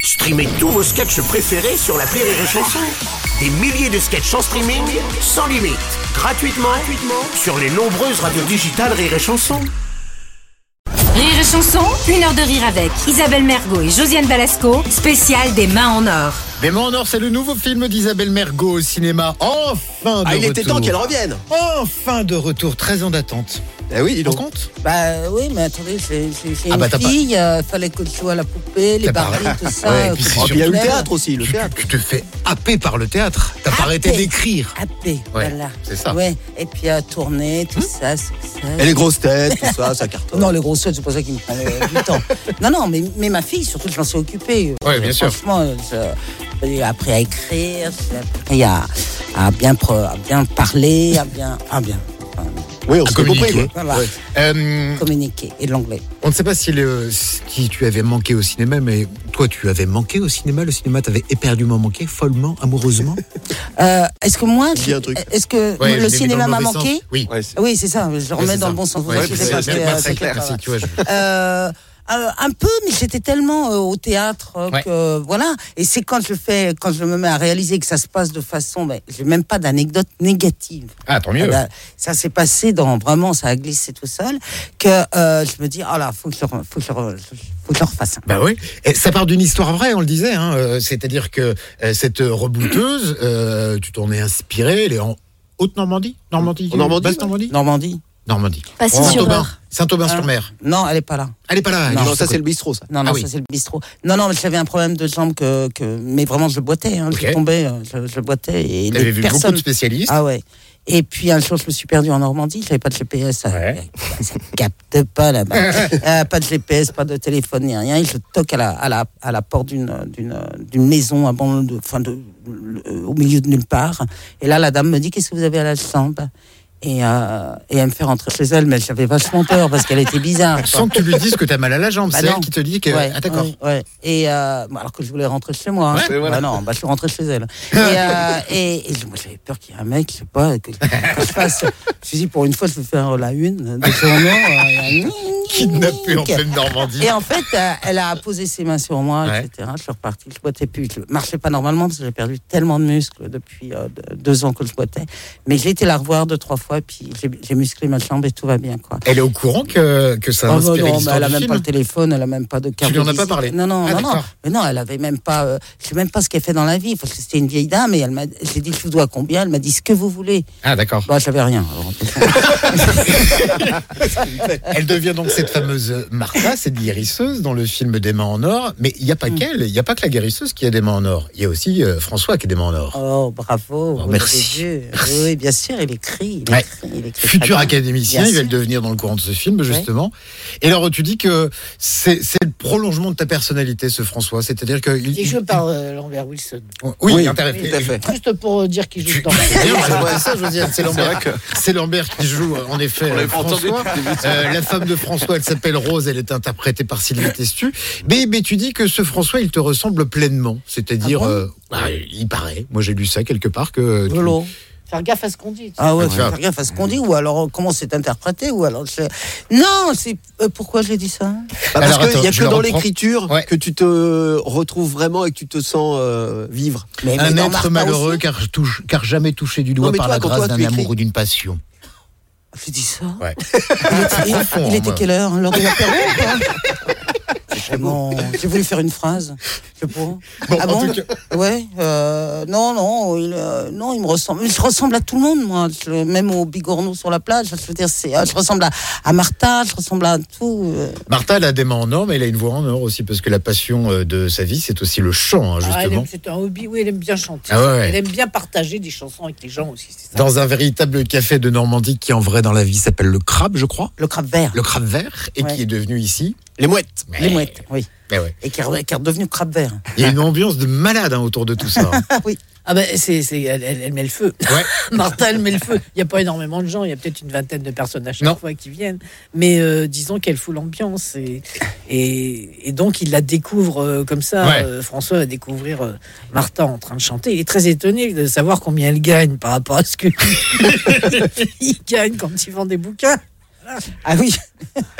Streamez tous vos sketchs préférés sur la Rire et Chanson. Des milliers de sketchs en streaming, sans limite, gratuitement, gratuitement sur les nombreuses radios digitales Rire et Chanson. Rire et chanson, une heure de rire avec Isabelle Mergot et Josiane Balasco, spécial des mains en or. Mais en or, c'est le nouveau film d'Isabelle Mergot au cinéma. Enfin de Ah, il était retour. temps qu'elle revienne. Enfin de retour, 13 ans d'attente. Eh oui, dis Tu te donc. rends compte Bah oui, mais attendez, j'ai j'ai- j'ai Ah bah, une t'as pas- fille, euh, fallait que je sois la poupée, les T'as barils, pas- tout ça. Ouais, et euh, puis que c'est je surtout- Puis il y a eu le voulais. théâtre aussi, le tu, théâtre. tu te fais happer par le théâtre. T'as pas arrêté Happer. d'écrire. Ah Happé, voilà. c'est ça. Hum Ouais. Et puis euh, tourner, tout ça, succès. Et les grosses têtes, tout ça, ça cartonne. Non, les grosses têtes, c'est pour ça qu'il me prenait du temps. Non, non, mais, mais ma fille, surtout, je m'en suis occupée. Euh, Ouais, bien sûr. Franchement, je- j'ai appris à écrire, j'ai appris à, à bien, pro- à bien parler, à bien, à bien enfin, Oui, on À s'est compris. communiquer. quoi. voilà, Ouais. Euh, communiquer et de l'anglais. on ne sait pas si, le, si tu avais manqué au cinéma, mais toi, tu avais manqué au cinéma. Le cinéma t'avait éperdument manqué, follement, amoureusement. Euh, est-ce que moi, Dis un truc. est-ce que Ouais, je l'ai le mis dans cinéma m'a mauvais manqué sens. Oui. Ouais, c'est- Oui, c'est ça, je le Ouais, remets c'est dans ça. le bon sens. vous Ouais, inquiétez c'est- pas, c'est- parce que, c'est euh, très c'est clair. clair. Merci, tu vois, je- Euh, euh, un peu, mais j'étais tellement euh, au théâtre euh, Ouais. que voilà. Et c'est quand je fais, quand je me mets à réaliser que ça se passe de façon, ben, j'ai même pas d'anecdote négative. Ah, tant Ah bah, ça s'est passé dans vraiment, ça a glissé tout seul que euh, je me dis, oh là, faut que je, re- faut que je, re- faut que je le refasse. un. Bah oui, Et ça part d'une histoire vraie, on le disait. Hein. euh, C'est-à-dire que euh, cette rebouteuse, euh, tu t'en es inspiré, elle est en Haute-Normandie Normandie En Normandie, Basse Normandie Normandie Hein Normandie. Passy-sur-Eure. Saint-Aubin. Saint-Aubin-sur-Mer. Non, elle est pas là. Elle est pas là. elle est Non, juste ça à c'est côté. le bistrot, ça. Ah. Non, non, Ah oui. ça c'est le bistrot. Non, non, mais j'avais un problème de jambe que, que mais vraiment je boitais, hein, Ok. je tombais, euh, je, je boitais et T'avais les vu beaucoup personnes. de spécialistes. Ah ouais. Et puis un jour je me suis perdu en Normandie, j'avais pas de GPS, ça, Ouais. ça capte pas là-bas, Euh, pas de GPS, pas de téléphone ni rien. Et je toque à la à la, à la porte d'une d'une d'une maison abandonnée, de, enfin de, euh, au milieu de nulle part. Et là la dame me dit qu'est-ce que vous avez à la chambre et, euh, et elle me fait rentrer chez elle, mais j'avais vachement peur parce qu'elle était bizarre. quoi. Sans que tu lui dises que t'as mal à la jambe, Bah c'est non. elle qui te dit que. Ouais, ah d'accord. ouais, ouais. Et euh, bon, alors que je voulais rentrer chez moi. hein. Ouais, Bah non, bah, je suis rentré chez elle. Et, euh, et- et je- moi j'avais peur qu'il y ait un mec, je sais pas, que, que je fasse. Je me suis dit pour une fois je vais faire euh, la une des journaux. euh, Kidnappée en pleine Normandie. et en fait, euh, elle a posé ses mains sur moi, Ouais. etc. Je suis reparti, je boitais plus. Je marchais pas normalement parce que j'ai perdu tellement de muscles depuis euh, de- deux ans que je boitais. Mais j'ai été la revoir deux, trois fois, puis j'ai- j'ai musclé ma chambre et tout va bien, quoi. Elle est au courant que, que ça a Ah bah inspiré non, mais l'histoire elle a du même film. pas le téléphone, elle a même pas de carte. lui en de as pas visite. parlé Non, non, Ah, non, non. d'accord. Mais non, elle avait même pas. euh, je sais même pas ce qu'elle fait dans la vie. Parce que c'était une vieille dame et elle m'a. J'ai dit, je vous dois combien Elle m'a dit ce que vous voulez. Ah d'accord. Bah, j'avais rien. alors. Elle devient donc cette fameuse Martha, cette guérisseuse dans le film Des mains en or. Mais il n'y a Hmm. pas qu'elle, il n'y a pas que la guérisseuse qui a des mains en or. Il y a aussi euh, François qui a des mains en or. Oh, bravo. vous merci. l'avez vu. Oui, bien sûr, il écrit. Il Ouais. écrit, il écrit Futur très bien. académicien, Bien il va le sûr. devenir dans le courant de ce film, justement. Et alors, tu dis que c'est c'est le prolongement de ta personnalité, ce François. C'est-à-dire que. il- Il est joué par euh, Lambert Wilson. Oui, Oui, inter- Tout à fait. Juste pour euh, dire qu'il joue Tu- dans. C'est bien, c'est vrai, ça, je veux dire, c'est Lambert, vrai c'est Lambert qui joue, euh, en effet, l'avait pas François. Euh, la femme de François, elle s'appelle Rose, elle est interprétée par Sylvie Testu. Mais, mais tu dis que ce François, il te ressemble pleinement. C'est-à-dire, Ah bon euh, bah, il paraît, moi j'ai lu ça quelque part, que tu- Lolo. Faire gaffe à ce qu'on dit. tu sais. Ah ouais, Ah, faut tu vois. faire gaffe à ce qu'on dit, ou alors euh, comment c'est interprété, ou alors je- Non, c'est. euh, pourquoi j'ai dit ça Bah, parce Alors, qu'il attends, n'y a je que le dans reprends. l'écriture Ouais. que tu te retrouves vraiment et que tu te sens euh, vivre. mais, un mais dans être Martha malheureux aussi, car, touche- car jamais touché du doigt mais par toi, la quand grâce toi, d'un tu amour écris- ou d'une passion. J'ai dit ça Ouais. Il était, il- profond, il hein, était moi. quelle heure L'heure de l'apéro ou pas Vraiment, j'ai voulu faire une phrase. Je sais pas. en ah bon tout Ouais. euh, non, non, il, euh, non, il me ressemble. Mais Je ressemble à tout le monde, moi. Je- même au bigorneau sur la plage. Je veux dire, c'est, euh, je ressemble à, à Martha. Je ressemble à tout. euh. Martha, elle a des mains en or, mais elle a une voix en or aussi, parce que la passion euh, de sa vie, c'est aussi le chant, hein, Ah, elle justement. aime- c'est un hobby, oui, elle aime bien chanter. Ah ouais, ouais. Elle aime bien partager des chansons avec les gens aussi, c'est ça. Dans un véritable café de Normandie qui, en vrai, dans la vie, s'appelle le Crabe, je crois. le crabe vert. Le Crabe vert, et Ouais. qui est devenu ici. Les mouettes. Mais- Les mouettes, oui. mais ouais. Et qui est, qui est redevenu crabe vert. Il y a une ambiance de malade hein, autour de tout ça. hein. Ah ben, c'est, c'est- elle, elle- elle met le feu. Ouais. Martha, elle met le feu. Il n'y a pas énormément de gens, il y a peut-être une vingtaine de personnes à chaque Non. fois qui viennent. Mais euh, disons qu'elle fout l'ambiance. Et, et, et donc, il la découvre euh, comme ça. Ouais. Euh, François va découvrir euh, Martha en train de chanter. Il est très étonné de savoir combien elle gagne par rapport à ce que il gagne quand il vend des bouquins. Ah oui.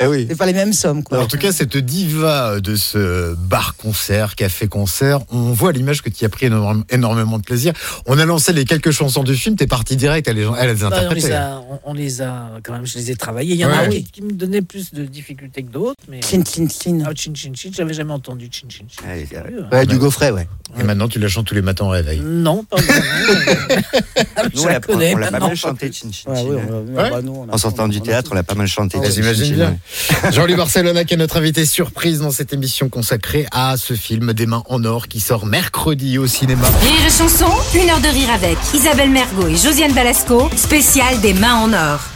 Eh oui. C'est pas les mêmes sommes, quoi. En tout cas, cette diva de ce bar-concert, café-concert, on voit l'image que tu as pris énorme- énormément de plaisir. On a lancé les quelques chansons du film, t'es parti direct à les, gens- à les Bah, on, interpréter. les a, on, on les a quand même, je les ai travaillés. Il y en a Ouais. qui, qui me donnaient plus de difficultés que d'autres, mais. Chin, chin, chin. Ah, chin chin chin, j'avais jamais entendu chin chin chin. Ah, Ouais, c'est Sérieux, hein. Ouais, du gaufret, ouais. Et maintenant, tu la chantes tous les matins au réveil. Non, pas vraiment. Nous, je on la Ah, l'a connais on l'a pas maintenant. mal chanté, Chin Chin Ouais, Chin, oui, hein. on va- Ouais. bah, nous, on a- En sortant on du a- théâtre, on l'a pas mal chanté. Ah, Chin j'imagine Chin, hein. bien. ouais. Jean-Louis Barcelona, qui est notre invité surprise dans cette émission consacrée à ce film Des mains en or qui sort mercredi au cinéma. Rire et chanson, une heure de rire avec Isabelle Mergot et Josiane Balasco, spécial des mains en or.